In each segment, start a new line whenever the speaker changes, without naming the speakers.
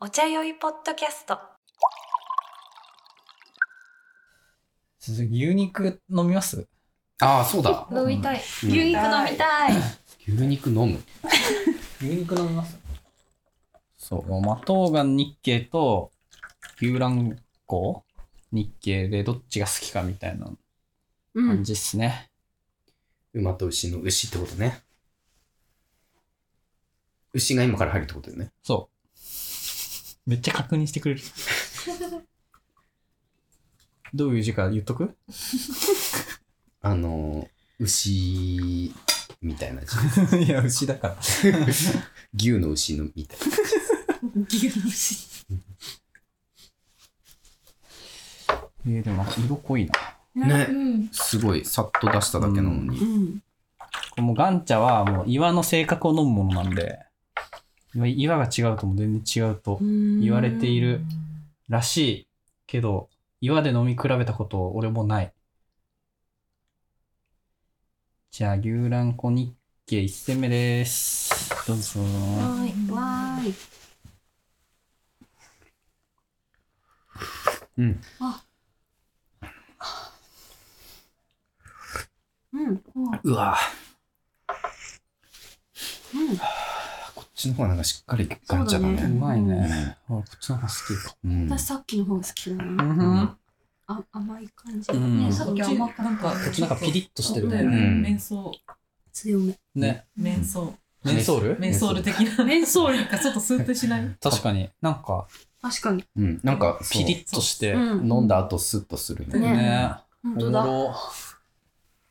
お茶酔いポッドキャスト
ちょっと牛肉飲みます
ああ、そうだ。
飲みたい。
うん
牛肉飲みたい。
牛肉飲む。
牛肉飲みますそう、マトウガン日系と牛卵子日系でどっちが好きかみたいな
う
感
ん。
じっすね。
馬と牛の牛ってことね。牛が今から入るってことだよね。
そう。めっちゃ確認して くれる。どういう字か言っとく
あのー、牛みたいな字。
いや、牛だから。
牛の牛のみたいな。
牛の牛。
えー、でもなんか色濃いな。
ね
うん。
すごい、さっと出しただけなのに。
うん。
これもうガンチャはもう岩の性格を飲むものなんで、岩が違うとも全然違うと言われているらしいけど、岩で飲み比べたこと俺もない。じゃあ、牛卵子日記1戦目です。どうぞ。
はーい。わーい。
うん。
うん。
うわ
うん。
こっちの方がなんかしっかりガンチャだ
そうだ
う
ね。
ね
まいね。あこっちの方が好きか。
うん。
私さっきの方が好きだ
う
な。
ん。
あ、甘い感じ。
うん
ね、
さ
さっ
っ
き
き
甘
甘
く
くなんか
こっちなんかピリッとしてる
そうだよ
ね。
ね
うん
瞑想
強め。
ね。
瞑想
メンソール
瞑想ル的な
メンソール。
なんかちょっとスーッとしない
確かになんか
確かに。
うん。なんか、
ピリッとして。
うん
飲んだ後スッとするね。
ね
ね。
本
お
当
も
だ。
ろ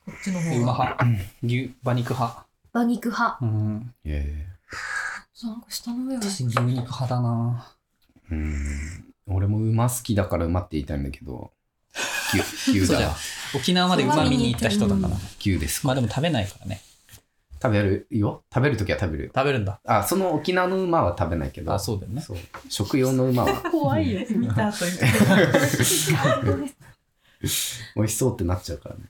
こっちの
馬
方が
派。牛、馬肉派。
馬肉派。
うん。
え
そうなんか下の上は。
私牛肉派だな
えうん。俺も馬好きだから馬って言いたいんだけど、牛牛
そうじゃん
だ。
沖縄まで馬見に行った人だから。
牛です
まあでも食べないからね。
食べるよ食べるときは食べるよ
食べるんだ。
あその沖縄の馬は食べないけど
あ、そうだよね。
そう食用の馬は
怖いよ見た という
美味しそうってなっちゃうからね、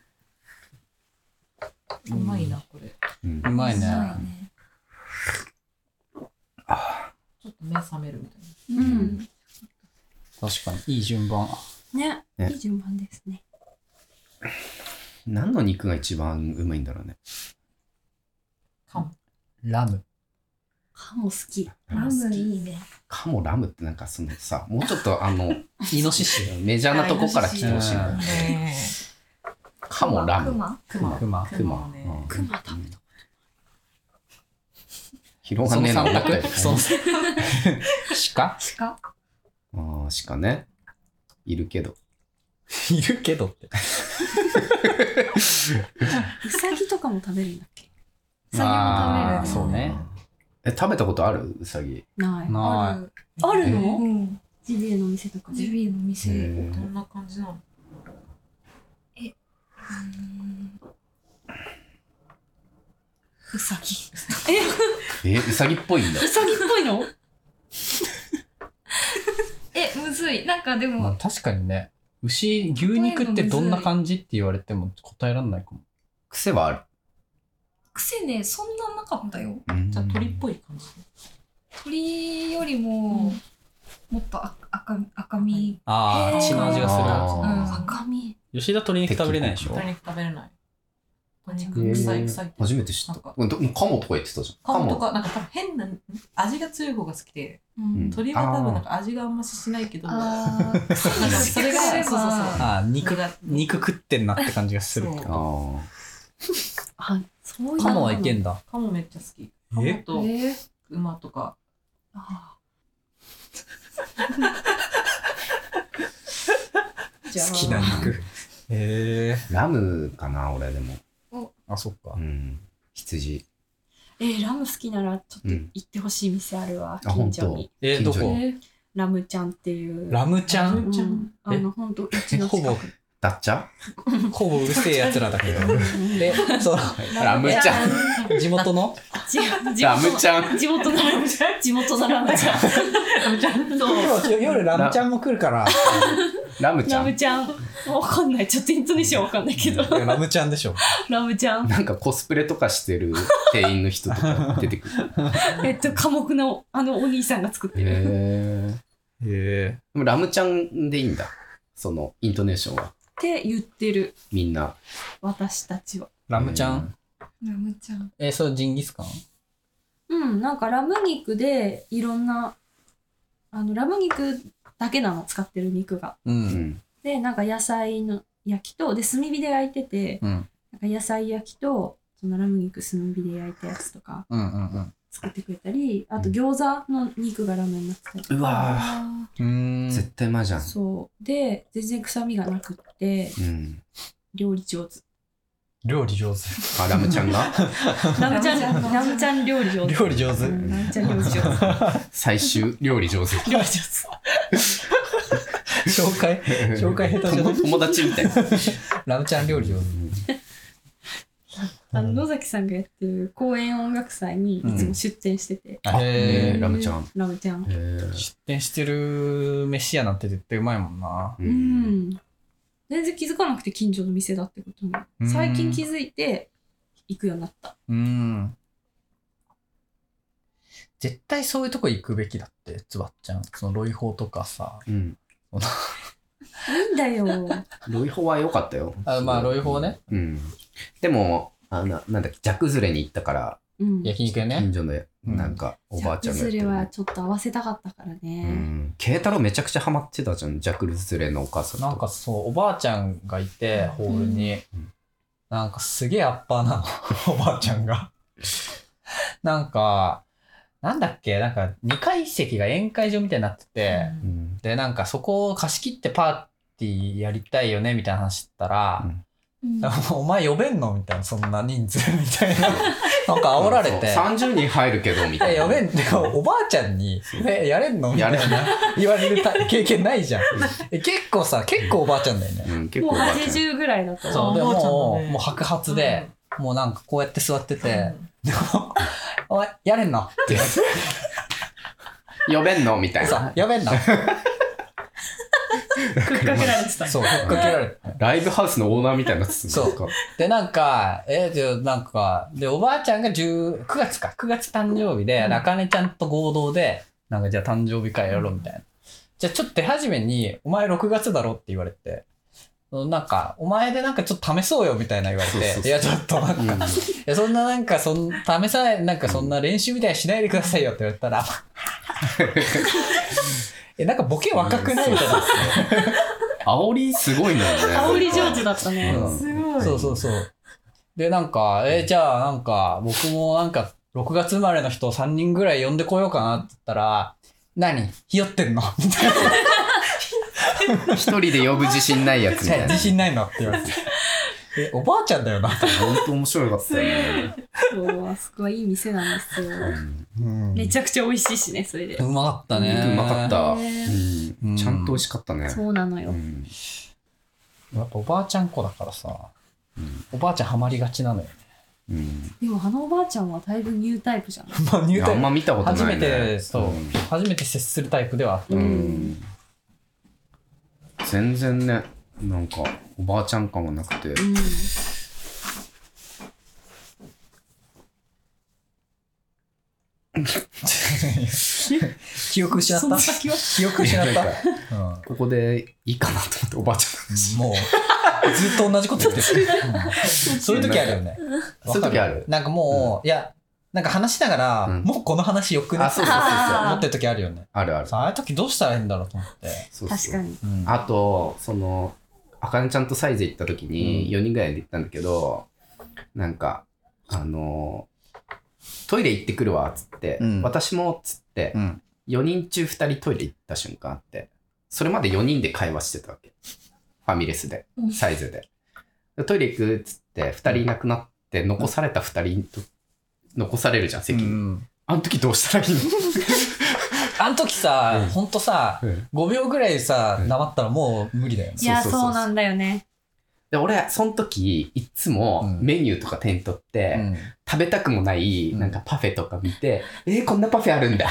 うまいなこれ
うん
うまいね。
そうね
ちょっと目覚めるみたいな
うん。
確かに。いい順番。
ね。
ね
いい順番ですね。
何の肉が一番うまいんだろうね
ラム。
カモ好き。
ラ
ラ
ム好
ム
き
いいね。
カモラムってなんかそのさもうちょっとあ の
イノシシ。
メジャーなとこから来てほしいな
うん
ね
カモラ
ク
ム
マ。
クマ
クマ。
クマ
熊ね
うん
クマ食べた。
広
そ
がん
の
ねえな
三
思ったよ
択
り
その三択鹿
鹿。
あー鹿ねいるけど
いるけどって。
ウサギとかも食べるんだっけ。ウ
あ
サ
ー
ギも食べる
そう
よね。
ね
え食べたことあるウサギ
ない。
な
ある
え
の？
うん
ジビエの店とか
ジ
ね。
ビエの店
へー
どんな感じなの
ウサギ。
えウサギっぽいんだ
ウサギっぽいの？
えむずいなんかで
い。まあ確かにね。牛、牛肉ってどんな感じって言われても答えられないかも。
癖はある
癖ねそんななかったよ
うん
じゃあ鳥っぽい感じ
鳥よりも、もっとあ赤赤身、
あ
へ
あ、
ー
血の味がす
あ
う
ー
ん
赤身
る。吉田鶏肉食べれないでしょ
鶏肉食べれない鶏
へ
肉
ー
臭い臭いって
初めて知っ
な
た
んか
うんどカモとか言ってたじゃん
カモとかなんか多分変な味が強い方が好きで
うん
鶏は多分なんか味があんまししないけどなんか
あー
それが
臭
そ
いう
そうそう
ああ、肉
苦手
肉食ってんなって感じがする
そう
けど。
あ
あ、そういう。
カモはいけんだ。
カモめっちゃ好きカモと
えー
馬とか
あ
じゃあ
肉。へえ。
ーラムかな俺でも
あ、そっか
う。ん羊
ー。えー、ラム好きならちょっと
うん
行ってほしい店あるわ、
あ
近所に
え、ど
近所
こ
え
ラムちゃんっていう
ラムちゃ
ラ
ん
ムちゃん
うんあ
え
の本当うちの
ほ
近く
ぼ、
ダッチャ
ほぼうるせえやつらだけ ど。で、その、
ラムちゃん
地元の
地地
ラム
元
ちゃん
の地元のラムちゃん地元のラムちゃん
ラムちゃんと
夜ラムちゃんも来るから。
ラムちゃ
ラム
ん。
ちゃん。わかんない。ちょっとイントネーションわかんないけど。
いやラムちゃんでしょ。
ラムちゃん。
なんかコスプレとかしてる店員の人とか出て くる。
えっと、寡黙なおあのお兄さんが作ってる。
へえ。
へ
でもラムちゃんでいいんだ。そのイントネーションは。
って言ってる。
みんな。
私たちは。
ラムちゃん。
ラムちゃん。
えー、それジンギスカン
うん、なんかラム肉でいろんな、あの、ラム肉だけなの、使ってる肉が。
う。
うんん。
で、なんか野菜の焼きと、で、炭火で焼いてて、
うん。
なんか野菜焼きと、そのラム肉炭火で焼いたやつとか
うんうん
作ってくれたり、あと餃子の肉がラムになってたり
う
とか
ん。うわ
あ
ー。うーん。
絶対マじゃん。
そう。で、全然臭みがなくって、
うん。
料理上手。
料理上手。
あ、ラムちゃんが
ラムちゃん、
ラ ムちゃん
ラムちゃん料理上手。
料理上手
う。んラムちゃん料理上手。
最終料理上手。
料理上
紹 介紹介下手じゃない
友達みたいな。
ラムちゃん料理上手。
手。あの、野崎さんがやってる公演音楽祭にいつも出展してて、
あ
へ
ね
ー
ラムちゃん。へ
ラムちゃん。
え。
出店してる飯屋なんて絶対うまいもんな。
う
う。ん。全然気づかなくて近所の店だってこと
うん
に。最近気づいて行くようになった。
うん。絶対そういうとこ行くべきだって、つばっちゃん。そのロイホーとかさ。
うん。
いいんだよ。
ロイホは良かったよ。
あまあロイホね。
うん。でも、あななんだっけ、ジャクズレに行ったから、
うん。
焼肉屋ね
近。所のなんかおばあちゃん
ジ
や
ャク
っ
ズ
てる
レはちょっと合わせたかったから
う
ね。
ん。慶太郎めちゃくちゃハマってたじゃん、ジャクズレのお母さんと。
なんかそう、おばあちゃんがいて、ホールに。
うん
なんかすげえアッパーなの、 おばあちゃんが。なんか、なんだっけ、なんか2階席が宴会場みたいになってて、
うん、
で、なんかそこを貸し切ってパーティーやりたいよね、みたいな話したら、
うん
うん
なん かお前呼べんのみたいな、そんな人数みた いな。なんか煽られて。
そう30人入るけど、みたい
え
な。
呼べんってか、おばあちゃんに、え、やれんのみた
や
い
れ
な
るな。
言われるた経験ないじゃん。え結構さ、結構おばあちゃんだよね。
うん、結
も
構
う
おばあちゃん。
80ぐらいだと。
そう、で
おばあちゃんだ
も
ね
う、もう白髪で、もうなんかこうやって座ってて、でも お前、やれんのって言われて
呼べんのみた い
そう
な。
やべんの
くっかけられてた。
そう、ふっかけられて。
ライブハウスのオーナーみたいになってた
そう
なんか
で、なんか、えー、でなんか、で、おばあちゃんが10 9月か、9月誕生日で、中根ちゃんと合同で、なんかじゃあ誕生日会やろうみたいな。じゃあちょっと手始めに、お前6月だろって言われて、そのなんか、お前でなんかちょっと試そうよみたいな言われて、
そうそうそう
いや、ちょっとなんか、
うん
いや、そんななんか、そん、試さない、なんかそんな練習みたいにしないでくださいよって言われた ら、 え、なんかボケ若くないみたいな。
煽りすごいのよね。
煽り上手だったね。
うん
すごい。
そうそうそう。で、なんか、えーじゃあ、なんか、僕もなんか、6月生まれの人を3人ぐらい呼んでこようかなって言ったら、何ひよってんのみたいな。
一人で呼ぶ自信ないやつみたいな。
自信ないのって言われて。え、おばあちゃんだよな。
本当面白かったよね。
そう、あそこはいい店なんですよ。
うん
うん
めちゃくちゃ美味しいしね、それで
う。まかったね。
肉うまかった。う
ね
んちゃんと美味しかったね。
そうなの
う
よ。
ん
やっぱおばあちゃん子だからさ、おばあちゃんハマりがちなのよ。
うん
でも、あのおばあちゃんはだいぶニュータイプじゃない
まあ、
い
入
やあんま
隊
見たこと
初
な
め
いね。
て、そう、
ん
初めて接する タイプではあった。
うん全然ねなんかおばあちゃん感はなくて
うん。
記憶失った。記憶失
な
っ
ん
た。
か
うん
ここでいいかなと思っておばあちゃん
もう、ずっと同じこと言って る。そういう時あるよね。
そういう時ある
なんかもう、いや、なんか話しながら、
うん
もうこの話よくね
あ
って
そうそうそうそう
思ってる時あるよね。
あるある
さああいう時どうしたらいいんだろうと思って。
そうそう
確かに。
うん
あとそのあかねちゃんとサイズ行った時に4人ぐらいで行ったんだけど、なんかあのトイレ行ってくるわっつって、
うん
私もっつって
うん
4人中2人トイレ行った瞬間あってそれまで4人で会話してたわけファミレスで
うん
サイズででトイレ行くっつって2人いなくなって残された2人と残されるじゃん席に、
うん
あの時どうしたらいいの
あの時さ
うん、
ほんとさ、5秒ぐらいさ、
うん
黙ったらもう無理だよね
い。や、
そうそうそう
そうなんだよね。
で俺その時いっつもメニューとか手に取って、
うん
食べたくもない、
うん
なんかパフェとか見て、えー、こんなパフェあるんだ。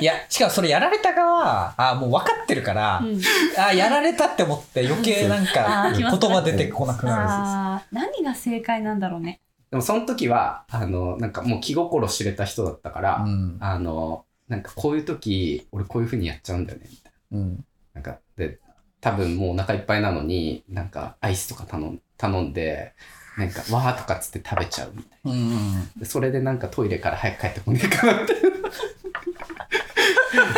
いや、しかもそれやられた側は、あもう分かってるから、
うん
あやられたって思って余計なんか
あー
言葉出てこなくな
あー何が正解なんだろうね。
でもその時は、あの、なんかもう気心知れた人だったから、
るんです。
あの、なんかこういう時、俺こういう風にやっちゃうんだよね。
うん。うん。
なんか、で、多分もうお腹いっぱいなのに、なんかアイスとか頼ん頼んで、なんか、わーとかっつって食べちゃうみたいな。
うん。
でそれでなんかトイレから早く帰ってこねえかなって。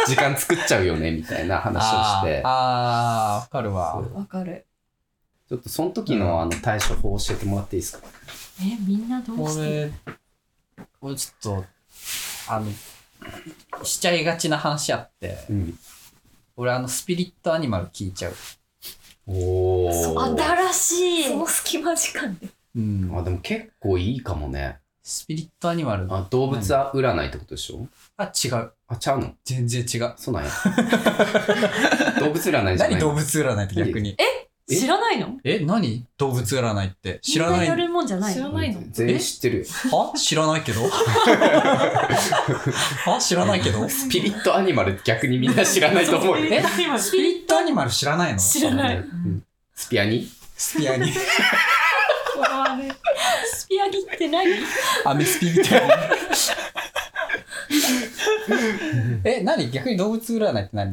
時間作っちゃうよね、みたいな話をして。
あーあー、分かるわ。
わかる。
ちょっとその時のあの対処法教えてもらっていいですか
え、みんなどうして
俺、俺ちょっと、あの、しちゃいがちな話あって、
うん。
俺あの、スピリットアニマル聞いちゃう。
お
そう
ー。
新しい
その隙間時間で。
うん
あ、でも結構いいかもね。
スピリットアニマルあ
あ、動物は占いってことでしょ
違う。
あ、ちゃうの
全然違う。
そうな んや。動物占いじゃない
何動物占いって逆に。
え
知らないの
え、何動物占いって。知ら
み
な
んないやるもんじゃない
知
の
らないの
全員知ってるよ。
は知らないけ どは知らないけど
スピリットアニマル逆にみんな知らないと思うよ。
えスピリットアニマル知らないの
知らない。
うんスピアニ
スピアニ。
スピアギって何
アメスピみたいな。 え、何逆に動物占いって何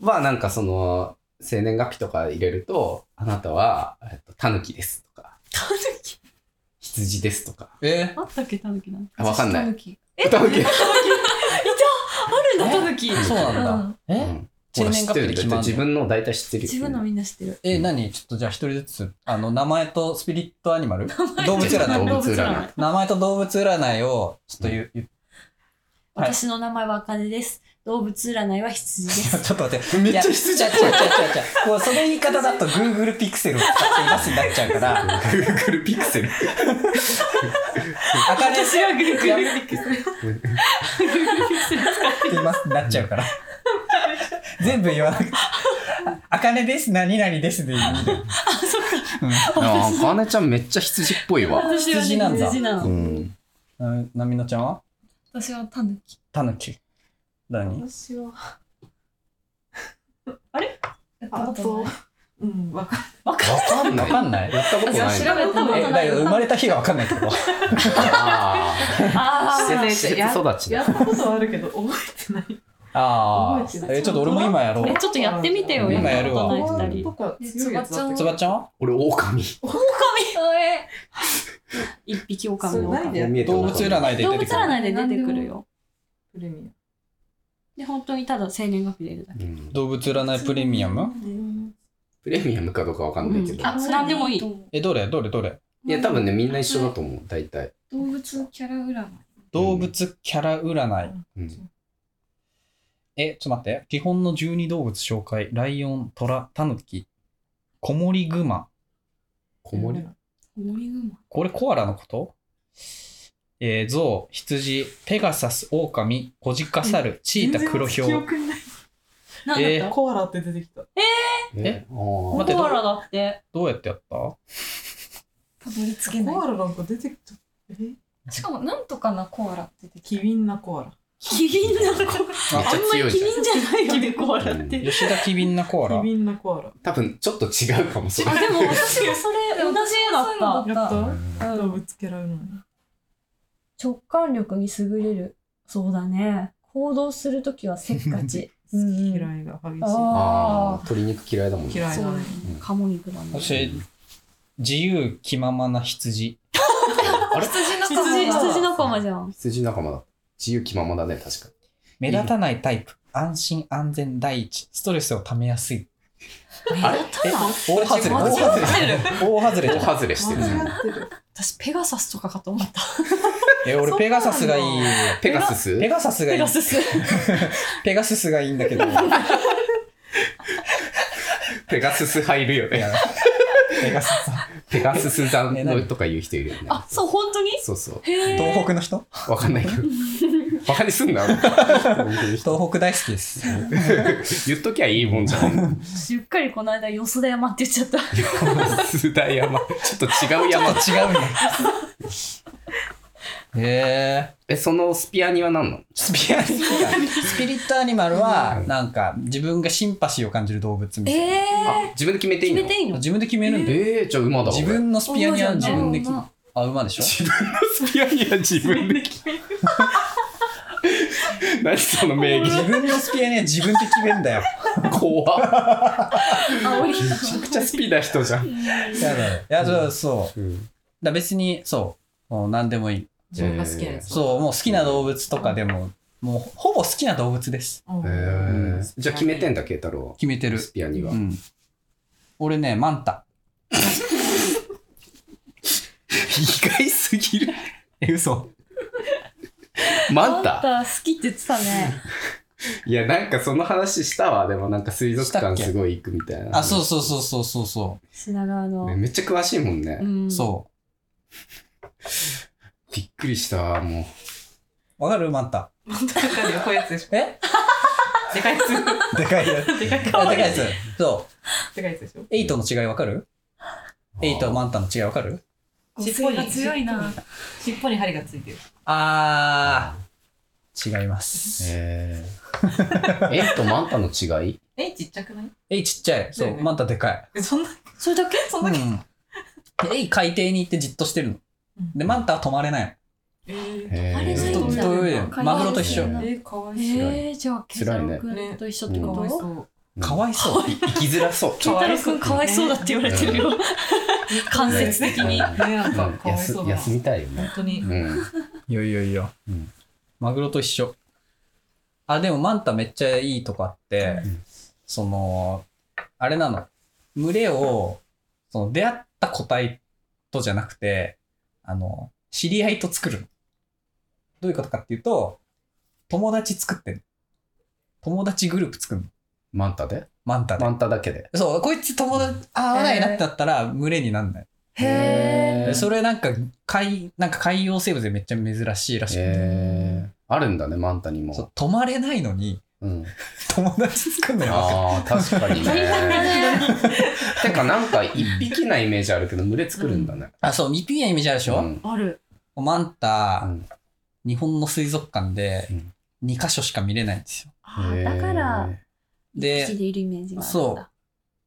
はなんかその、生年月日とか入れると、あなたは、えっと、タヌキですとか、
タヌキ
羊ですとか。
え
あったっけタヌキなの
あわかんな
い。
い。タヌキ。
あるんだタヌキ
そうなんだ。
う
え
んほ
生
ら
年
知って
月日
る
で
よだ
決
って
まん
自
の
分の大体知ってるよ。
自分のみんな知ってる
え、何ちょっとじゃあ一人ずつ、あの、名前とスピリットアニマル動物占い。
動物
動物
占
占
い
い。
名前と動物占いを、ちょっと言う、言うはい
私の名前はあかねです動物占いは羊で
いや
す
ちょっと待って。
めっちゃ
羊じゃん。違う違う違う違う。もうその言い方だと Google ピクセルを使っていますになっちゃうから、
Google ピクセル。
あかね
私はグルグル
やっていますになっちゃうから。全部言わなくて。あかねです、何々ですでいいんだよ。
あー、かねちゃんめっちゃ羊っぽいわ。
私はね
羊なんだ
羊な
う
の
ん。
ななみのちゃんは
私はタヌキ。
たぬき。何
私は、
やった
あ
こと
と
ない、
うん、わか
わか
わ
んない。
かんない。
やったことない。
調べたこと
え、
な
だ
い。
から生まれた日がわかんないってこと。
あ
あ
あ、
ー
施設
や
育ち
や
だ。
ったことはあるけど、覚えてない。
ああ
覚えて。ない
え、ちょっと俺も今やろ
え
う。
ちょっとやってみてよ
今やるわ
やったことない二人
とか強いやつだった
つばちゃんは
俺、狼。
一匹狼の
そうなん
狼
で
こう見えて
動物
狼
占いで
動
出て
物
くる。
占いで出てくるよ
プレミ
で本当にただ生年月日でいるだけ
うん
動物占いプレミアム
プレミアムかどうかわかんないけど。
うんあ何でもいい
え、どれどれどれ
いや、多分ね、みんな一緒だと思う、大体。
動物キャラ占い。
動物キャラ占い。
うん
え、ちょっと待って。基本の12動物紹介。ライオン、トラ、タヌキ、コモリグマ。
子守
森グマ。
これコアラのことえー、ゾウ、羊、ペガサス、オオカミ、コジカサル、チータ、黒ヒ
記
ョウ。
憶にない。
なんだっ
え
た
ー
コアラって出てきた。
ねあ
待
ー
って
コアラだ って
どうやってやった
たどり着けない
コ。アラなんか出てきた。え
しかも、なんとかなコアラって出て
機
き
敏なコアラ。
キリンだコ
め
ア
っ
ラあ
ち
ん
ゃ強
まり
いじ
キ
ゃん
リンじゃないよねコアラっ
う
て
吉田機敏なコア
機
ラ。
敏なコアラ。
多分ちょっと違うかもしれ
あ
ない。
でも私もそれ
た。
同じ絵だっ
そういうの
や
だ
っ
ったた。
た、
動物キャラの。
直感力に優れるそうだね行動するときはせっかちうんうん
嫌いが激しい。
あ
あー鶏肉嫌いだもんね。
嫌い
そう
だ
だ
ね
ね。鴨肉だね
そして
うん、
自由気ままな羊。
あ
あ。
れ
羊仲間
羊
だ
羊仲間じゃん
羊仲間だ。自由気ままだね、確か
目立たないタイプ。安心安全第一。ストレスをためやすい。
に。あれ
え、大外れ。
間
大
違
外れ。
ってる
大外れじ
大
ゃん。
外れしてるじゃん。
間違ってる。
私ペガサスとかかと思った
え、俺ペガサスがいい。
ペガスス
ペガサスがい
ペ
い
ガ。サス
ペガススがいいんだけど。
ペガスス入るよね。
ペガサス。
ペガススさんのとか言う人いるよね。
あそう本当に
そうそ
へえ
東北の人
う。わかんないけど。バカにすんな。本当に
東北大好きです。
言っときゃいいもんじゃん。
しっかりこの間よそだ山って言っちゃった
須田山。ちょっと違う
ちょ
山
っと違うね。へえ。
え、そのスピアニは何なの
スピアリット、 スピリットアニマルは、なんか、自分がシンパシーを感じる動物みたいな。
え
自分で決めていい
決
の
めていいの
自分で決めるんだよ。
えー、じゃあ馬だわ。
自分のスピアニアは
馬じ
自
ゃない
分で決め、あ、馬でしょ
俺スピアニは自分で決める。何その名義
自分のスピアニア自分で決めるんだよ。
怖っ
あ、おり。
めちゃくちゃスピな人じゃん。
やだよ。いや、そうそう。
うん
だから別に、そう。もう何でもいい。
自分が好きなやつ。
そう、もう好きな動物とかでも、もうほぼ好きな動物です。
うん
へ
う
ー
ん
じゃあ決めてんだ、慶太郎。
決めてる。
スピアニは
う。ん。俺ね、マンタ。
意外すぎる。
え、嘘。
マン
あん
タ
た好きって言ってたね。
いや、なんかその話したわ。でもなんか水族
したっ
館
け
すごい行くみたいな。
あ、そうそうそうそうそうそ
品川の
ね。めっちゃ詳しいもんね。
ん
う。そ
びっくりしたわ、もう。
う。わかるマンタ。
本当だよ、こういうやつでしょ。
え
でかいや
でかいや つ。
つ。でかい
で
かわ
か
い
い
い
やつ。そ
でかいやつでしょ。
う。エイトの違いわかるエイト、マンタの違いわかる
しっぽが強いな。
尻尾に針がついてる。
あー。違います。
えー、エイとマンタの違い
え、ちっちゃくない
エイちっちゃい。そ
だよ
う、
ね
マンタでかい。
えそんな、
それだけ
そん
う
なんに。。
でエイ海底に行ってじっとしてるの。で、マンタは止まれない
えー
え
あれ
ー
がいい
の。
ん
ずっ
だ
と泳いでるの。マグロと一緒。
え
えー、かわいそう。
えー、じゃあ、ケンタロウくんと一緒って
か
こ
わいそ
と
う。
かわいそう。
生きづらそう。
ケンタロウくんかわいそうだって言われてるよ。間接的に。
うん
ね、なんか、かわいそ
休
うだな。
休
本
みたいよね。
当に
う。ん。
いやいやいや、
うん
マグロと一緒あでもマンタめっちゃいいとこあって、
うん
そのあれなの群れをその出会った個体とじゃなくてあの知り合いと作るのどういうことかっていうと友達作ってんの友達グループ作るの
マンタで
マンタで、
マンタだけで。
そうこいつ友達あ合わないなってなったら群れになんない、
へ
でそれなんか海なんか海洋生物でめっちゃ珍しいらしくて、
えー、あるんだね、マンタにも。
そう止まれないのに
うん、
友達作んのよ。
ああ、確 かにね。てか、なんか一匹なイメージあるけど、群れ作るんだね。
あ、そう、ミピアイメージあるでし
う
ょ、
ん
ある。
マンタ、
うん
日本の水族館で
うん
2カ所しか見れないんですよ。
あーだから、
で
口でいるイメージがあるんだ。
そう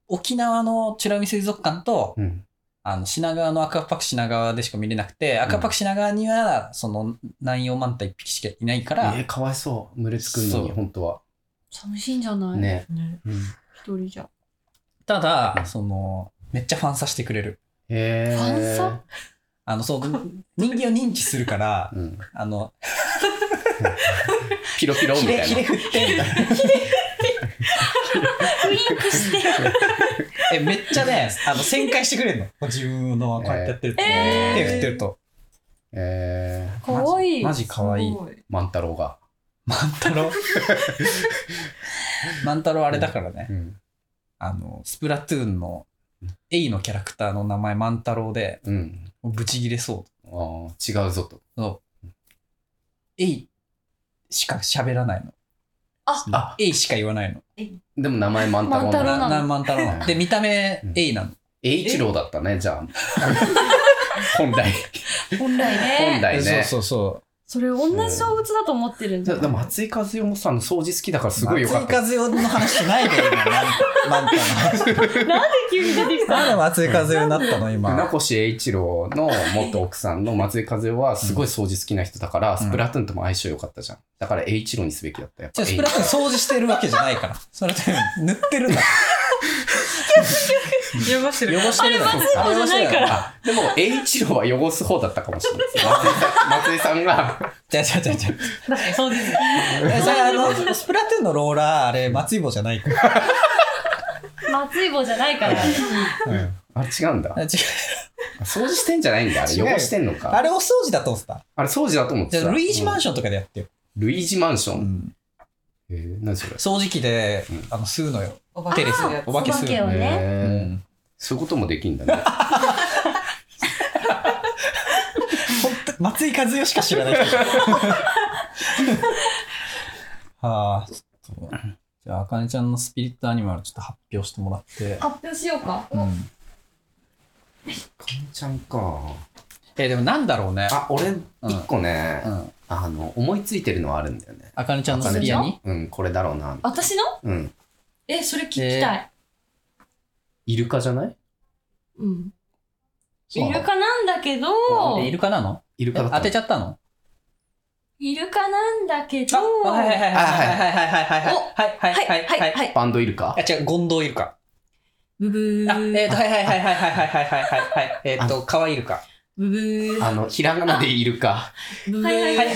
沖縄の美ら海水族館と、
へーうん、
あの品川のアクアパック品川でしか見れなくて、アクアパック品川にはその南洋マンタ1匹しかいないか
え
ら、
ー、かわいそう。群れ作るのに、
そう
本当は。
寂しいんじゃない、
ね。
ね
うん、
一人じゃ。
ただ、その、めっちゃファンさせてくれる。
へえ。
ファンサ
あの、 そう、人間を認知するから、
うん、
あの、
ピロピロみ
ひ
たい
れ、
な。
ひれ振って、
ウインクして。
え、めっちゃね、あの、旋回してくれるの。自分のこうやってやってると、
えー
手振ってると。
えー、
かわいい。
マジかわいい
す。ごい。
万太郎が。
万太 郎万太郎あれだからね、
うん。
あの、スプラトゥーンの、エイのキャラクターの名前万太郎で、
うん。
ブチギレそ
ああ、違うぞと。
う。そう。エイしか喋らないの。
あ
エイしか言わないの。
でも名前万太郎
万太郎
な
な
の。
の
な万太郎なの。で、見た目
うん
エイなの。
栄一郎だったね、じ ゃあ。本来。
本来
本
ね。
来ね。
そうそうそ
それ同じ動物だと思ってるんじ
で
ゃ
でも
ない
松井和代もさ、あの掃除好きだか
う。
らすごいよかっ
松井
た。
和代の話しないで、今、 万万太の話。
急に出てきた。
なんで松井和代になったの、今。
船越英一郎の元奥さんの松井和代はすごい掃除好きな人だから、スプラトゥーンとも相性良かったじゃん。だから英一郎にすべきだったよ。
じゃあスプラトゥーン掃除してるわけじゃないから。それって塗って るんだ。
呼ばして る。
汚してるんだ。
あれ松井子じゃないから
あでも英一郎は汚す方だったかもしれない。松井さん松井さんが、
じゃあじゃ あじゃあじゃあ。
確かにそうです。
えそれあの、スプラトゥーンのローラー、あれ、松井棒じゃないから。
松井棒じゃないから。
あれ違うんだ
あ。違う。
掃除してんじゃないんだ。あ
違うよ
れ汚してんの
あ
か。
れお掃除だと思ってた。
あれ掃除だと思っ
じ
て
ゃ
た。
あ、ルイージマン
シ
ションとかでやってよ。
ョン。ルイージマンショ
う
ン。
ん。
えー、何それ。
掃除機で
うん、
あの、吸うのよ。
お化け
テレ
で
ス
するやつ
お化け吸う
お化けを
の
ね
よ。う
へー
ん
そういうこともでき んだね。
ほんと松井和代しか知らない 人。はあ、ちょっと。じゃあ、あかねちゃんのスピリットアニマルちょっと発表してもらって。
発表しようか。
うん。
かんちゃんか。
えーでもなんだろうね。
あ、俺、一個ね、
うん。
あの、思いついてるのはあるんだよね。
あかねちゃんの
茜
スピ
ちゃ
ア
ん
に
うん、これだろうな。みたい
私の
なうん。
え、それ聞きたい。
イルカじゃない
うん。
そう
イルカなんだけど、
えイルカなの
イル
え
カだった
当てちゃったの
イルカなんだけど、
あはいはいはいはいはいはいはいはいはいはいはいはい
はい。
バンドイルカ
あ、違う、ゴンドウイルカ。
ブブ
あ、えっ
ー。
と、はいはいはいはいはいはいはいはいはいはい。えっと、カワイルカ。
ブブー。
あの、ひらがなでイル カ。
ブブー。
はいはい
はい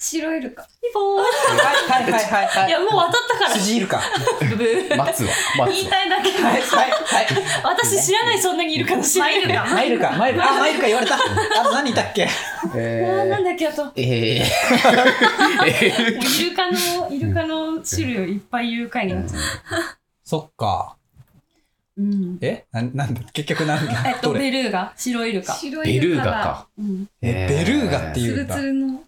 白イルカ。
ピボー
はいはいはいはいいは
や、もう渡った か
い。スジイルカ。はい
ら。ブブー。
待つわ、待
言
つ
い
わ。
たいだけ。
はいはい。
私知らない、そんなにイルカの 知らない。イルカ。
マイルカ、マイルカ。あ、マイルカ言われた。あ、何だっけ
な
え
んだっけ、あと。も
ー、え
うイルカの、イルカの種類をいっぱいいる回になっちゃ
そっか。
う。うん。
えな、なんだ結局なん
え
だ
っ
ど
と、
れ
ベルーガ。白イルカ。
白
ー、ベ
イ
ル
ル
ー
カ
ガ
が。
か。
うん。
えベルーガって
つ
い
る
うんだ
つ。るの。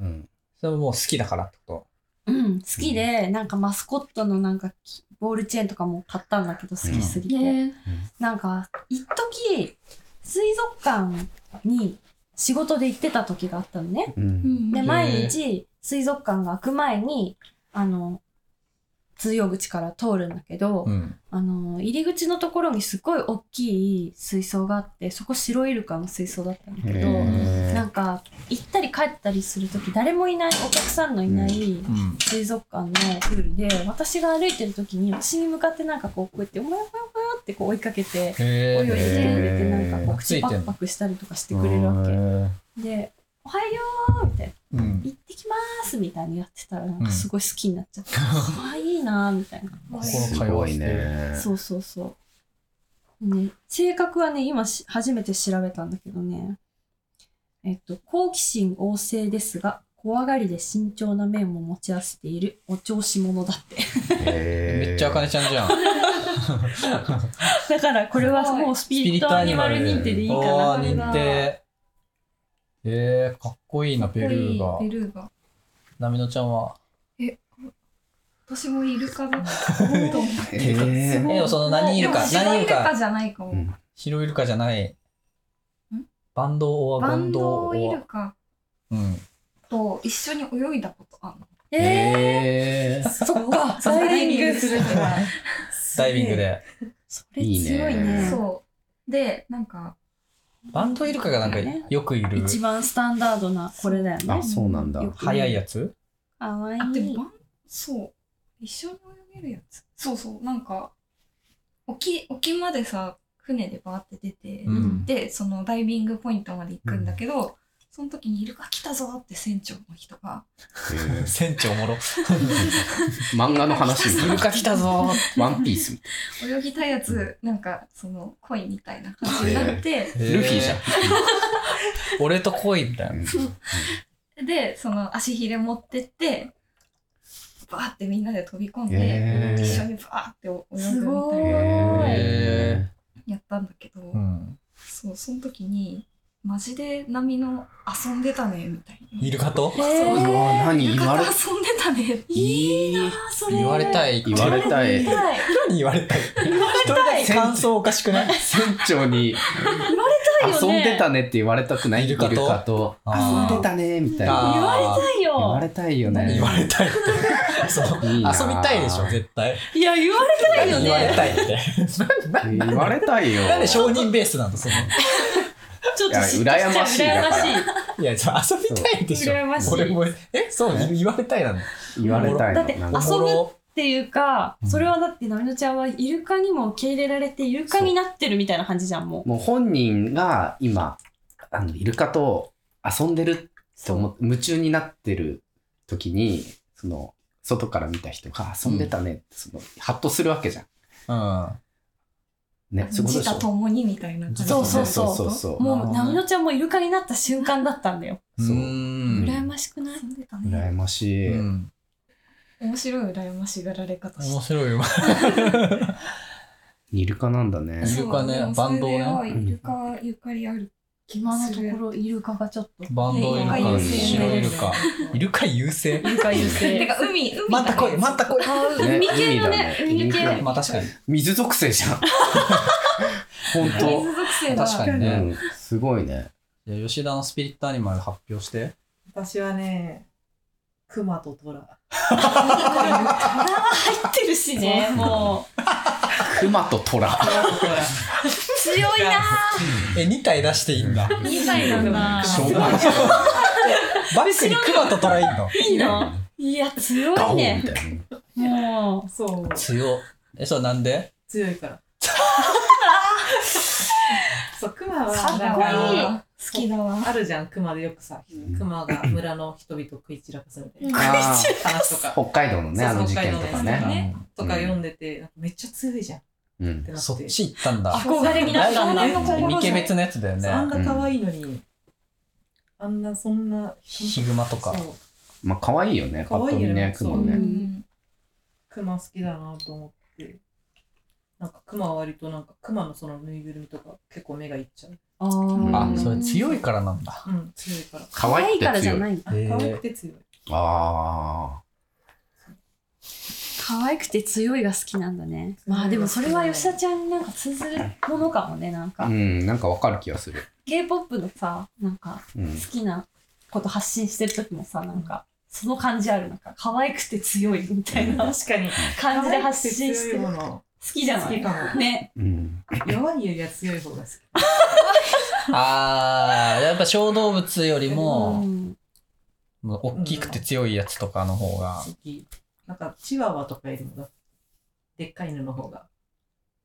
うん。
それはもう好きだからってこ
うん。好きで、なんかマスコットのなんか、ボールチェーンとかも買ったんだけど、好きすぎて。
ね
なんか、一時水族館に仕事で行ってた時があったのね。
う。
うんん。
で、毎日水族館が開く前に、あの、通用口から通るんだけ
と。
ど、
うん。
あの、入り口のところにすごい大きい水槽があって、そこ白イルカの水槽だったんだけど、
へー
なんか、行ったり帰ったりする時誰もいない、お客さんのいない、
うん。
水族館のプールで私が歩いてる時に私に向かってなんかこうこうやって「おもよおもよおもよ」ってこう追いかけて
へ
泳いで
え。
くれてなんかこ
へー
う口パクパクしたりとかしてくれるわけで「おはよう」みたいな
うん
「行ってきます」みたいにやってたらなん
うん
かすごい好きになっ ちゃって「ああいいな」みたいな
うん
心
すごいね。
そうそうそうね性格はね今し初めて調べたんだけどねえっと好奇心旺盛ですが怖がりで慎重な面も持ち合わせているお調子者だって
へ ー
めっちゃあかねちゃんじゃん。
だからこれはもうスピリットアニマル認定でいいか
お
な。
ー認定。えー、かっこいいな、ベルーガ
ベ。ルーガ。
なみのちゃんは。
私もイルカ だと思う。
へー
え、でもその何イルカ、
白
何
イ
イル
ルカ
カ、
じゃないかも。
白イルカじゃない。バンドオア
バ
ゴ
ン
ンド
ドイ
オ
ルカ
ア。うん。
と一緒に泳いだことある。
え
えー、
ー、 そっか、
ダ
ダ
イ
イ
ビ
ビ
ン
ン
グ
グ
す
す
る
る
か
からら。
ダイビングで。
それ強いね。
そう。で、なんか、
バンドイルカがなんかよくいる
一番スタンダードなこれだよね。
あ、そうなんだ。
速いやつ
かわい
あ、でも
い
バ。ン、そう。一緒に泳げるやつ。そうそう、なんか、沖、沖までさ、船でバーって出て、
うん。
で、そのダイビングポイントまで行くんだけど、その時にイルカ来たぞって船長の人が、
へー
船長おもろ。
漫画の話み
イル
たい
カ来たぞー。
な。ワンピースみた
泳ぎたやつ、なんか、その、恋みたいな感じになって、
いな。ルフィじゃん。
俺と恋みたいな。
で、その足ひれ持ってって、バーってみんなで飛び込んで、
へー
一緒にバーって泳ぐみ
すご
たい
い
な
へ
へ
やったんだけど、
ーうん。
そう、その時に、マジで波の遊んでたね、みたいな。
イルカと
え
ーう
ー、
わ、何
イル
言わ
カと
れ
遊んでたね。
いいな
それ
言われたい。
言われたい。
はい。
何言われたい一人だけ感想おかしくない
船長に
れたいよね
遊んでたねって言われたくない
イ
イ
ル
ル
カ
カ
と
と
あー
遊んでたねみたい
あ
な
ー
言われたい
言わ
よ
れ。たいよ
何
ね
言われたいって。 そう。遊
い
び
いなぁ
たいでしょ、絶対。
いや、言われたいよ
言われ
ね。
たいって。
言われたいよ
なんで承認ベースなのその。
ちょっと嫉
い
妬
や
し
羨
ちゃ
ま
う
しい
羨ましい。
いや、そう遊びたいでしょ。
羨ましい
俺も、え、そう、言われたいなの。
言われたい
だって
のなん
お
か
遊
もろ。
っていうか、それはだって、なみのちゃんはイルカにも受け入れられて、イルカになってるみたいな感じじゃん、もう。
もう本人が今あのイルカと遊んでるって思っ夢中になってる時にその外から見た人が遊んでたねってそのハッとするわけじゃん
うん。
ねそういうこ
自
とでし
他
ょ
ともにみたいな感じ。
そうそうそう
そうそう
もう、なみのちゃんもイルカになった瞬間だったんだよ。
う
そう
ーん
羨ましくない
遊んでた
羨
ね。
ましい、
うん
面白い羨ましがられ方し
面
て。
白いよ。
イルカなんだね
イルカね
そう
バンドね
でもそれでイルカゆかりある。
今のところイルカがちょっ と。
バンドイルカ、
イルカ優勢
白イルカ。イルカ優勢
イルカ優勢。
てか、海、海。
また来い、また来い。
ね
海系
海だ
のね
ね
海系
イルカ
まあ確かに。
水属性じゃん本
水属性は
確かに
当、
ね。
うん、すごいね
い
じゃあ吉田のスピリットアニマル発表して。
私はね、熊と虎。
入ってるしね、も
熊と虎。
強いな
え、2体出していい んだ。
う。2歳なんだ。
しょうがない。
バックにクマとトラいんの。
いいのいや、強
ガオ
い
ーみ
ね。
たいな。
も
そう、
強。え、それなんで
強いから。そう、熊は
か
なん
っこいい
か、
好きだわ。
あるじゃん、熊でよくさ、熊が村の人々を食い散らかすみたいな
あ
話と
ー
か、
北海道のね、あの事件と
そう
か
北海道のやつとか
ね。
ねとか読んでて、なんかめっちゃ強いじゃんっ
うん。
てな
そ
っ。
ってち行ったんだ。
憧れになったんだ
そうそうそうそう
イケベツのやつだよ
そうあん
ね。
な可愛いのに、あんなそんな、
ヒグマとか。
そう
まあ、可愛いよね。パ
可
ッ
愛
と
いよ
見ね
ね、
熊
う。う
ね。
ん
熊好きだなと思って。なんか熊は割となんか熊のそのぬいぐるみとか結構目がいっちゃう。
あ
あ
ー、
それ強いからなんだ。
うん、強いから。
可愛いって強い。
いんだ
あ
へー
可愛くて強い。
あ
可愛くて強いが好きなんだね。まあでもそれは吉田ちゃんになんか通ずるものかもね、なん
あ。
か
う。ん、なんかわかる気がする。
K-POP のさ、なんか
うん
好。きなこと発信してる時もさ、なんか、その感じある。なんか、可愛くて強いみたいな
確かに。
感じで発信してる。
可愛く強い
好
もの
きじゃな
好き
い
か
ね。
うん。
も。弱いよりは強い方が好き。
あー、やっぱ小動物より
う
も、
ん
もう大きくて強いやつとかの方が。
好き。なんかチワワとかよりもだでっかい犬の方が。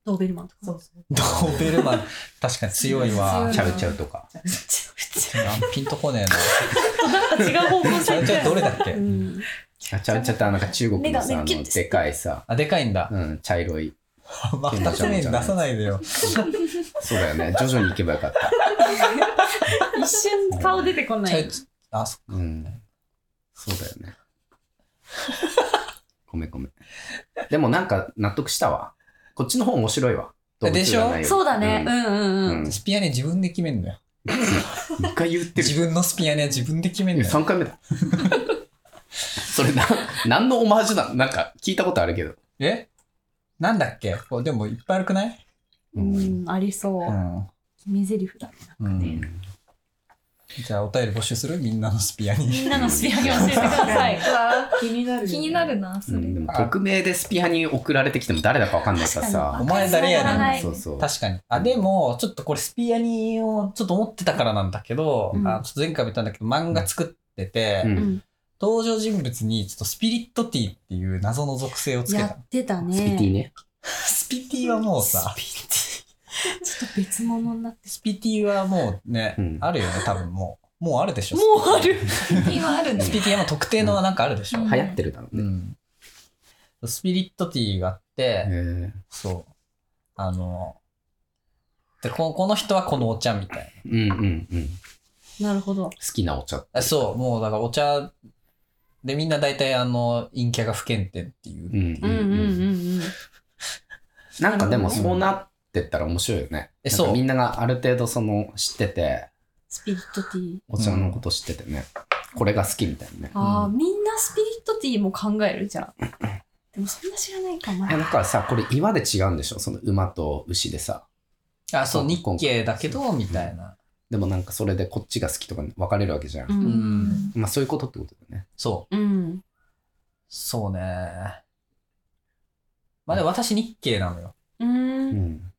ドーベルマンとか。
そうそう。
ドーベルマン、確かに強いわ。
チャウチャウとか。
あピンとこねえな。
なんか違う方向
そ
性
れ
み
じゃ
た
あ
いな
どれだっけ
うん
チャウチャウってあのなんか中国の
目
さ、
が
あ
目キュッ
の、
てして
でかいさ、
あ、でかいんだ。
うん、茶色い。
また去年出さないでよ。
そうだよね。徐々に行けばよかった。
一瞬顔出てこな
ちゃ
い。
いあ、そ
うん。そうだよね。ごめんごめん。でもなんか納得したわ。こっちの方面白いわ。動物
でしょ
占いより
そうだね。う。んうん
う
うん。
ん。
スピアネ自分で決めんだよ。
一回言ってる
自。分のスピアネ自分で決めんだよ。
3回目だ。それな、何のオマージュなのなんか聞いたことあるけど。
えなんだっけこれでもいっぱいあるくない
うん、ありそうう。
ん。
決め台詞だ。
うんじゃあお便り募集するみんなのスピアに。
みんなのスピアに教えてください。
気になるよね。
気になるな、そ
うん
れ。
でも匿名でスピアに送られてきても誰だかわかんないから
お
さ。
前誰や
わかん
ね。
なんい
そうそう。
確かに。あ、でも、ちょっとこれスピアニをちょっと思ってたからなんだけど、
うん
あちょっと前回も言ったんだけど、漫画作ってて、
うん。
登場人物にちょっとスピリットティっていう謎の属性をつけ
や
た。
ってた
スピティ
ね。
ね。
スピティはもうさ、
ちょっと別物になって。
スピティはもうね、
うん
あるよね、多分もう。もうあるでしょ。
もうある。
今あるね
ス。ピティはもう特定のはなんかあるでしょ。
うん
流行ってるだろう
う
ね。
ん。スピリットティーがあって、
へ
そう。あの、でこ、この人はこのお茶みたい
えうんうんうん。好
なるほど。
きなお茶。
な。あそう、もうだからお茶でみんな大体あの、陰キャが不検定っていう。
うん
うんうんうんうん。
なんかでもそうなってったら面白いよね。
え
なんか
そう
みんながある程度その知ってて、
スピリットティー。
お茶のこと知っててね。これが好きみたいなね。
ああ、みんなスピリットティーも考える じゃん。でもそんな知らないかも。
えだからさ、これ岩で違うんでしょその馬と牛でさ。
あ、そう、
そう
日系だけ
そ
ど、
う
みたいな。
でもなんかそれでこっちが好きとか分かれるわけじゃん。
うん
ん
まあそういうことってことだよね。
そう。
うん。
そうね。まあでも私日系なのよ。
うーん。
ん。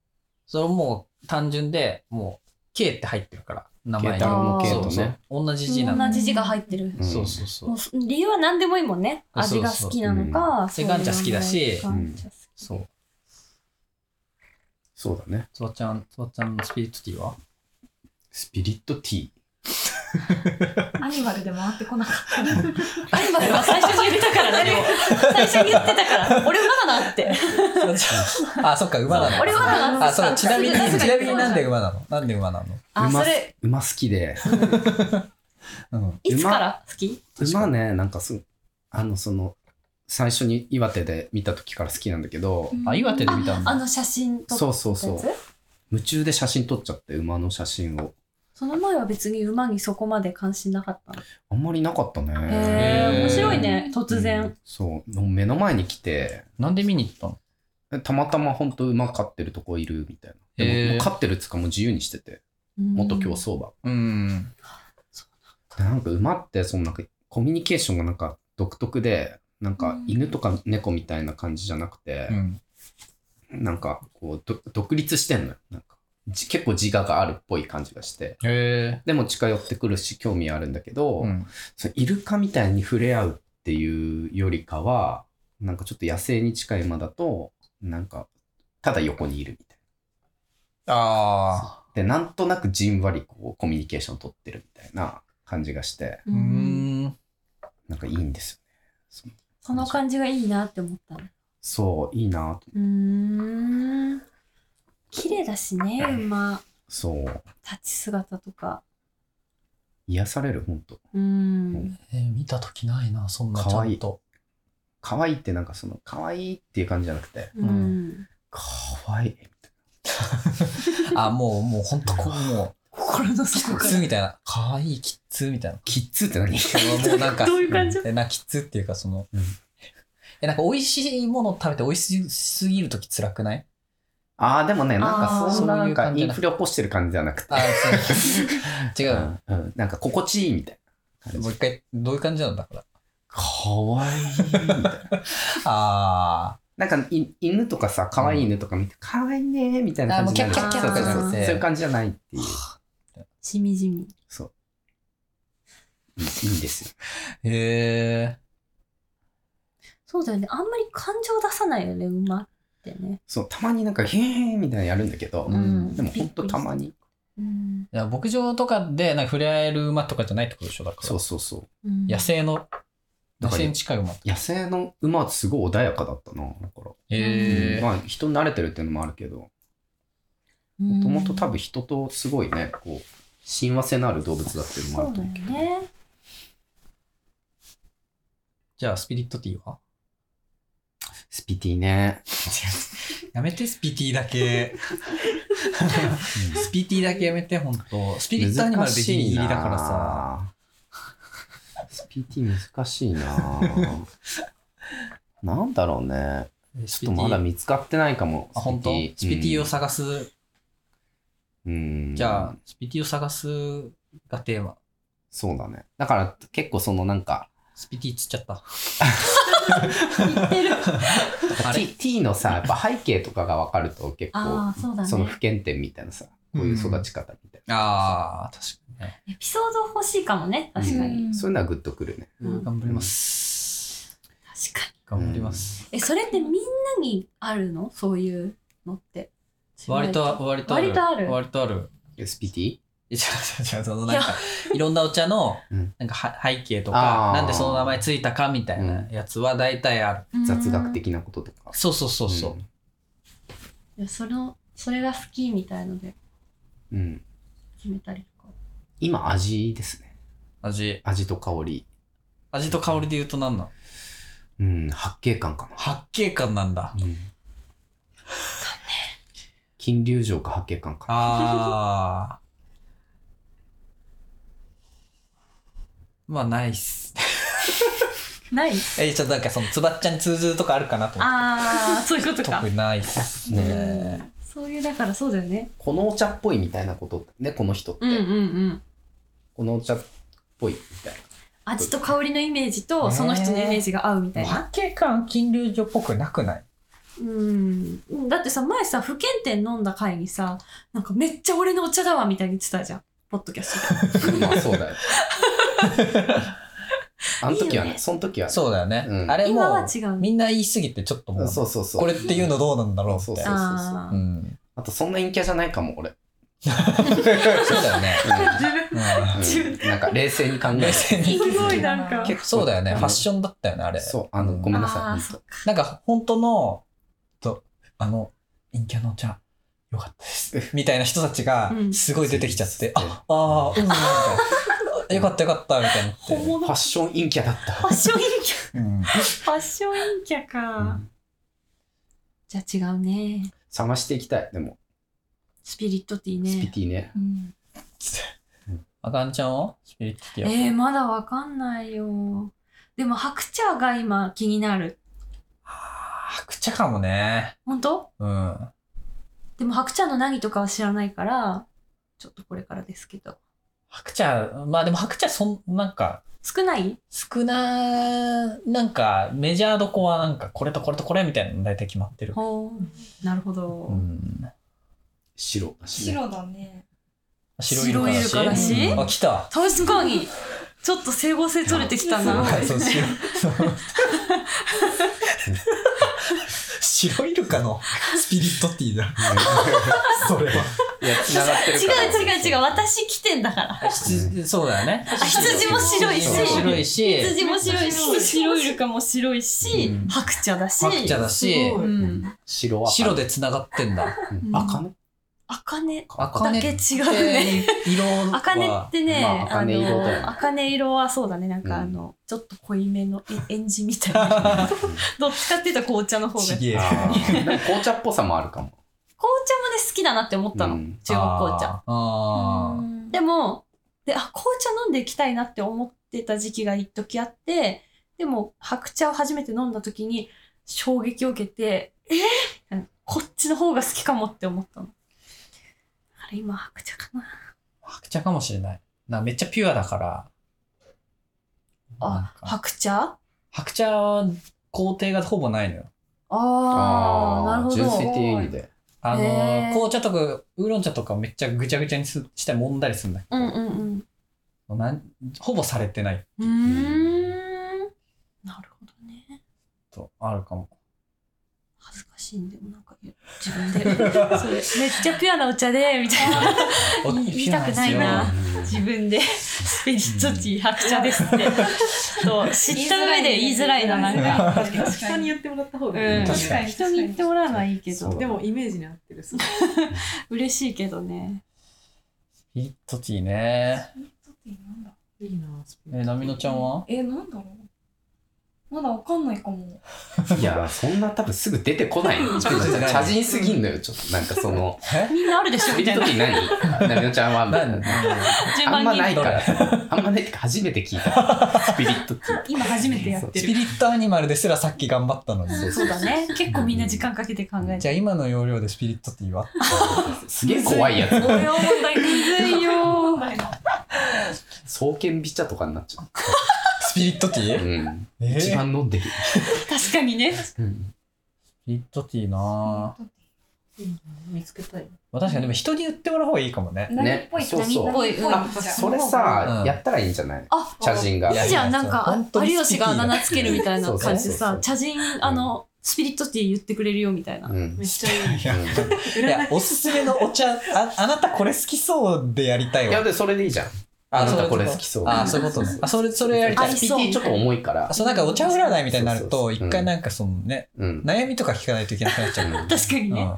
それはもう単純で、もう、系って入ってるから、名
慶
前に。
太郎の慶
そ
と
うそう
ね。。
同じ字なの。
同じ字が入ってる。
うん
そうそうそう
も。う理由は何でもいいもんね。味が好きなのか。
そうそううんセガンチャ好きだし
セガンチャ好き
そう。
そうだね。
つばちゃん、つばちゃんのスピリットティーは
スピリットティー。
アニマルで回ってこなかっ
アニマルは最初に言ったからね。最初に言ってたから。俺馬だなって。
あ、そっか、馬なの。
俺馬だなって。
あ、そう、ちなみに、
さすが
ちなみになんで馬なのなんで馬なの
あ、
馬
それ、
馬好きで。
うん。
いつから好き
馬ね、なんかす、あの、その、最初に岩手で見た時から好きなんだけど、
た。
あ、岩手で見たん
あ
だ。
の写真撮った
そ
や
うそう
つ
そう。夢中で写真撮っちゃって、馬の写真を。
その前は別に馬にそこまで関心なかったの。
あんまりなかったね。
へ
へー
え、面白いね、突
う
然。
んそう。もう目の前に来て、
なんで見に行ったの
たまたま本当馬飼ってるとこいるみたいな。
へー
でも、もう飼ってるっつうかもう自由にしてて。元競走馬。
うん。
なんか馬ってそのなんかコミュニケーションがなんか独特でなんか犬とか猫みたいな感じじゃなくて
う、ん。
なんかこうど独立してんのよなんかじ結構自我があるっぽい感じがして
へ
でも近寄ってくるし興味あるんだけど、
え。うん。
そのイルカみたいに触れ合うっていうよりかはなんかちょっと野生に近い馬だとなんかただ横にいるみたい
ああ。
なでなんとなくじんわりこうコミュニケーション取ってるみたいな感じがして
うーん。
なんかいいんですよねその
その感じがいいなって思ったの
そういいなと
うーん綺麗だしね馬
そう
立ち姿とか
癒されるほんと
うーん
えー見たときないな、そんなち
か
ゃ
わいい
んと。
可愛いってなんかその可愛いっていう感じじゃなくて
うん
可愛いみたいな
あ、もう、もう、ほんと、こう、も
心の
う、キ
底
ッ
か
ズみたいな。かわいいキッズみたいな。
キッズって何
もうなん か、
らどういう感じ
えなキッズっていうかその、
うん
えなんか美味しいもの食べて美味しすぎるとき辛くない
ああ、でもね、なん
あ
か
ー
そんななんか
そういう感じ
イ
じゃ
ン
なく
フレ起こしてる感じじゃなくて
あ、そう違うよ、
うんうんなんか心地いいみたいな感
もう
じ。
一回どういう感じなんだから
かわいいみたいな。
あ
なんかい犬とかさ、かわいい犬とか見て、かわいいねーみたいな感じになるじゃん
あーもうキャッキャッキャッ
そうそうそう
キャッキャッ
そういう感じじゃないっていう。
しみじみ
そう。いいいいんですよ。
あへえ
そうだよねあんまり感情出さないよね馬ってね
そう、たまになんか、へーみたいなのやるんだけど
う、ん
でもほんとたまに。
うん
いや牧場とかでなんか触れ合える馬とかじゃないってことでしょだから
そうそうそう。
うん
野生の
だ
野
から
生に近い馬へ
野生の馬はすごい穏やかだったな、だから。
え
まあ、人に慣れてるっていうのもあるけど、
も
もともと多分人とすごいね、こう、親和性のある動物だっていうのもあ
そ
る
う
と思
だよ
うけど。
ね
じゃあスピリットティーは
スピティね。
やめてスピティだけスピティだけやめて本当スピリットアニマルでギリギリだからさ
難しいな。スピティ難しいな。 なんだろうね。
ス
ちょっとまだ見つかってないかも。
あ本当スピティを探す、
うん。
じゃあ、スピティを探すがテーマ。
そうだね。だから結構そのなんか、
スピティつっちゃった。あれ
T, T のさ、やっぱ背景とかが分かると結構
あ、あそうだね
その不検点みたいなさ、こういう育ち方みたいな。
ああ、確かにね。
エピソード欲しいかもね確かに、
うんそういうのはグッとくるね。
うん
頑張ります。
確かに
頑張ります。
えそれってみんなにあるのそういうのって
割と、割とある。
割とある
割とある。
えスピティ
いや違う違う違う、そのなんか、いろんなお茶の
うん、
なんかは背景と
あ
か、
ー
なんでその名前ついたかみたいなやつは大体ある。
雑学的なこととか。
そうそうそうそう。
いやそのそれが好きみたいので
うん。うん。
決めたりとか
今、味ですね。
味。
味と香り。
味と香りで言うと何なの
うん、八景感かな。
八景感なんだ。
金龍城か八景館か。
ああ。 まあ、ないっす。
ない
え、ちょっとなんかその、つばっちゃんに通ずるとかあるかなと思っ
ああ そういうこと
て。
か
特にないっすね。
そういうだからそうだよね
このお茶っぽいみたいなことね、この人って。
うん
このお茶っぽいみたい
味と香りのイメージとその人のイメージが合うみたいな、
八景感金龍女っぽくなくない
うんだってさ前さ不検点飲んだ回にさなんかめっちゃ俺のお茶だわみたいに言ってたじゃんポッドキャストで
な。まあそうだよ。 あの時はい
いよ
ね、
ね
その時はね。
そうだよね。
うん
あれ
今
も
は違う
みんな言い過ぎてちょっともう、
そうそうそう。
これっていうのどうなんだろう
そ
み
う
た
そう
い
そう
な。
あ
う
ー
ん。
あとそんな陰キャじゃないかも、俺。
そうだよね。うん
うんなんか冷静に考え
冷
て。
静に。
すごいなんか
結構
そうだよね。
ん
ファッションだったよね、あれ。
そう、あの、ごめんなさい
あー
本
そ
当。
なんか本当の、と、あの、陰キャのお茶、よかったです。みたいな人たちが
う、ん
すごい出てきちゃって、
うん
あ、あー、うん、みたいな。よかったよかった、みたいに
本
なって。
物
ファッション陰キャだった。
ファッションインキャ
うん
ファッションインキャか、
うん
じゃあ違うね
探していきたい、でも。
スピリットティーね
スピティね。
うん
あかんちゃんはスピリッティア。
えー、まだわかんないよ。でも白茶が今気になる。
あー、くちゃかもね。
本当
うん。
でも白茶の何とかは知らないから、
ちょっとこれからですけど。
白茶、まあでも白茶そん、なんか、
少ない
少な、なんか、メジャーどこはなんか、これとこれとこれみたいなの大体決まってる。
ほうなるほ
う
ど。
ん。
白だしね。
白だね。
白イルカ
白
だし。
イルカだし
うんあ、来た。
確かに、ちょっと整合性取れてきたな。
はいそう白 白イルカのスピリットティーだ。 それは。
いや、繋がってる
違
から。
う違う違う、私来てんだから。
羊そうだよね。
羊も白いし
白いし、
羊も白いし、白イルカも白いし
うん、
白茶だし、
白茶だし、
ご
う
い
ん。
白は。
白で繋がってんだ。
うん。赤ね。
茜
赤
だ
ね
け違うね。
色は。
茜ってね、
まあ
あ
茜色だよね
の、茜色はそうだね、なんかあの、ちょっと濃いめのえエンジみたいな。どっちかっていうと紅茶の方が。紅茶もね、
げえ
あーなんか紅茶っぽさもあるかも。
好きだなって思ったの。
うん
中国紅茶。。
あー
でも、で、あ、紅茶飲んでいきたいなって思ってた時期が一時あって、でも、白茶を初めて飲んだ時に衝撃を受けて、えーみたいなこっちの方が好きかもって思ったの。あれ、今白茶かな。
白茶かもしれない。なめっちゃピュアだから。なん
あ、
か
白茶
白茶は工程がほぼないのよ。
ああ、なるほど。
純粋っていう意味で。
あの
へ
ー
ー
紅茶とかウーロン茶とかをめっちゃぐちゃぐちゃにすして揉んだりするんだけ
うんうんうん。
ど、なんほぼされてないう
ーん。なるほどね。
とあるかも。
恥ずかしいんでもなんか自分でそれめっちゃピュアなお茶でみたいな
お
言いたくないな。自分でスピリットティー白茶ですってそう知った上で言いづらいななんか
確かに人に言ってもらった方がいい。
うん
確か
に
人に言ってもらうのはいいけ
そう
ど
だ
でもイメージに合ってる。そう
嬉しいけどね
スピリットティーね。
なんだ
いいなスピ
え、なみのちゃ んは
え、なんだろう。まだわかんないかも。
いや、そんな多分すぐ出てこ ない。茶人すぎんのよ、ちょっと。なんかその、
みんなあるでしょ
ス
み
ピリ
た
ッ
い
ト
な
ティー 何なみのちゃんはみたいな。
順
あん
番
ま
に
ないから。あんまないってか初めて聞い た。スピリットティー。
今初めてやって
ス
る
ピリットアニマルですらさっき頑張ったのに。
そうだね結構みんな時間かけて考え
じ
て
ゃあ今の要領でスピリットティーは
すげえ怖いやつ。
これは問題むずいよ
双剣美茶とかになっちゃ
スピリットティ
う。
ー、
うん。
えー
一番飲んでる。
確かにね
うん
スピリットティーなぁ。
見つけたい。
まあ確かにでも人に言ってもらう方がいいかもね。
何っぽい
そうそう
何っぽい
あ
何っぽいじゃん
それ
う
さ
ん、
やったらいいんじゃない
あ
茶人が
い。や
いいじゃん、なんか
本、当に
有吉があだ名つけるみたいな感じで
そうそうそうそ
さ
う、
茶人、あの、スピリットティー言ってくれるよみたいな。
うんうん
めっちゃいい。
いや、おすすめのお茶、ああなたこれ好きそうでやりたい
いや、
わ。
で、それでいいじゃん。あなたこれ好きそう。
あ、そういうことね。あ、それ、それやりたい。
あり
スピ
そう
t ちょっと重いから
あ。そう、なんかお茶占いみたいになる
そうそ
と、
うそう
一回なんかそのね、
うん。
悩みとか聞かないといけなくなっちゃう。
うん
確 かに
う
ね。
ん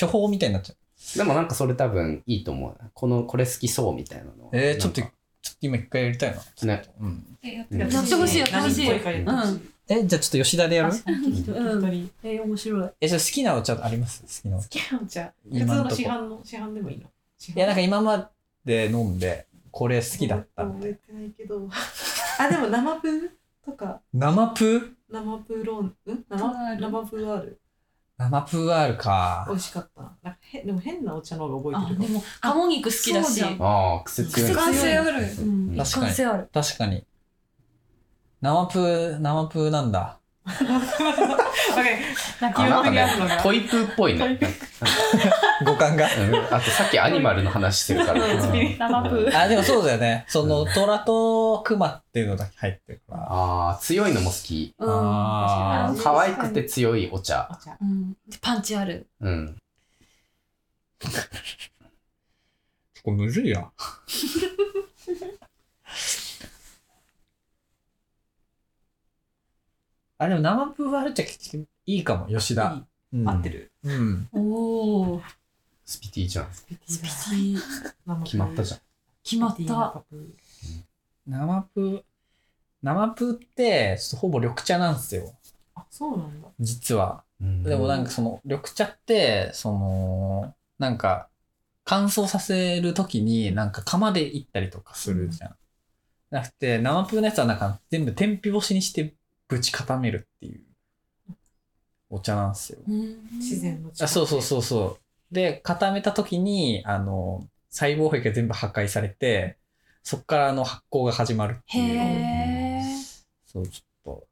処方みたいになっちゃう。
でもなんかそれ多分いいと思うな。この、これ好きそうみたいなの。
えー、ちょっと、ちょ
なん
っ
か
と今一回やりたいな。
ね。
うん。
えやって
うん
る
やってほしいやってほしい
何っぽからやってほしい
え、じゃあちょっと吉田でやる
うん。
えー、面白い。
え、それ好きなお茶あります好きなお茶。
好きなお茶。普通
今のと
の
こ
市販の、市販でもいいの。市販
いや、なんか今まで飲んで、これ好きだったみたい
覚えてないけど。あ、でも生プーとか、
な。生プー
生プーローン、うん生生プーアール。
生プーアールか
美。味しかった。なんかへでも変なお茶の方が
あ
覚え、て
で
るか
も、鴨肉好きだし
そう。だ
ああ、癖強い
感
ね。
性ある。
うん
確かに
一貫性ある。
確かに。生プー、生プーなんだ。
も。わかる
な
あ、な
んか、
んかね、トイプーっぽいね。
五感が。
うんあとさっきアニマルの話してるから。うん
生プー。
あ、でもそうだよね。その、虎と熊っていうのだけ入ってるから。
ああ、強いのも好き。
うん
あー
可愛くて強いお茶。
お茶。
うん。でパンチある。
うん。
結構むずいや。 あ、でも生プーアール茶結局いいかも、吉田。うん
合って。る。
うん。
おお。
スピティじゃん。
スピ
いい
決まったじゃん。
決まった。。
生プー、生プーって、ちょっとほぼ緑茶なんですよ。
あ、そうなんだ。
実は。
うん
でもなんかその緑茶ってそのなんか乾燥させるときになんか釜でいったりとかするじゃん。なくて生プーのやつはなんか全部天日干しにしてぶち固めるっていうお茶なんですよ。
うん
自然の
あそうそうそうそう。で固めたときにあの細胞壁が全部破壊されて、そこからあの発酵が始まるっていう。
へえ。
そう、ちょっと。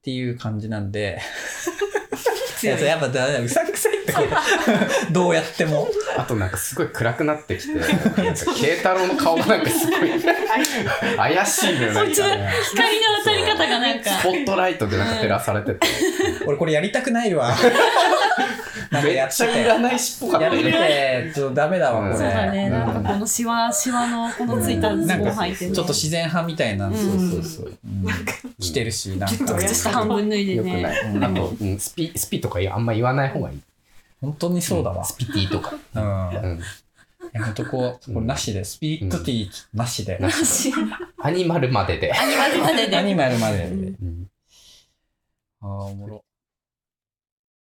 っていう感じなんで。いや、それやっぱダメだ、うさんくさいってこれ。どうやっても。
あとなんかすごい暗くなってきて、なんか慶太郎の顔がなんかすごい怪しいのよ、なんかね。
光の当たり方がなんか。
スポットライトでなんか照らされてて、
俺これやりたくないわ。なんか
め
や
っ
っ
ち
てて
ゃ占い師っぽかった
や
よ
め
ね。
て、ちょっとダメだわ、これ。
そうだね。
うん
なんかこのシワ、シワのこのついたズボン履いてね。
ちょっと自然派みたいな、
ん
そうそうそう、うん来てるし、なんか、
靴下半分脱いで
よく
ね。
ない。あと、うんスピ、スピとかあんま言わない方がいい。
本当にそうだわ
ス。ピティとか。
うん。
うん
いや、ほんとこう、これなしで、スピリットティーなしで、
なしアニマルまでで。
アニマルまで
ア
で。
ニマルまでで。
うん
ああ、おもろ。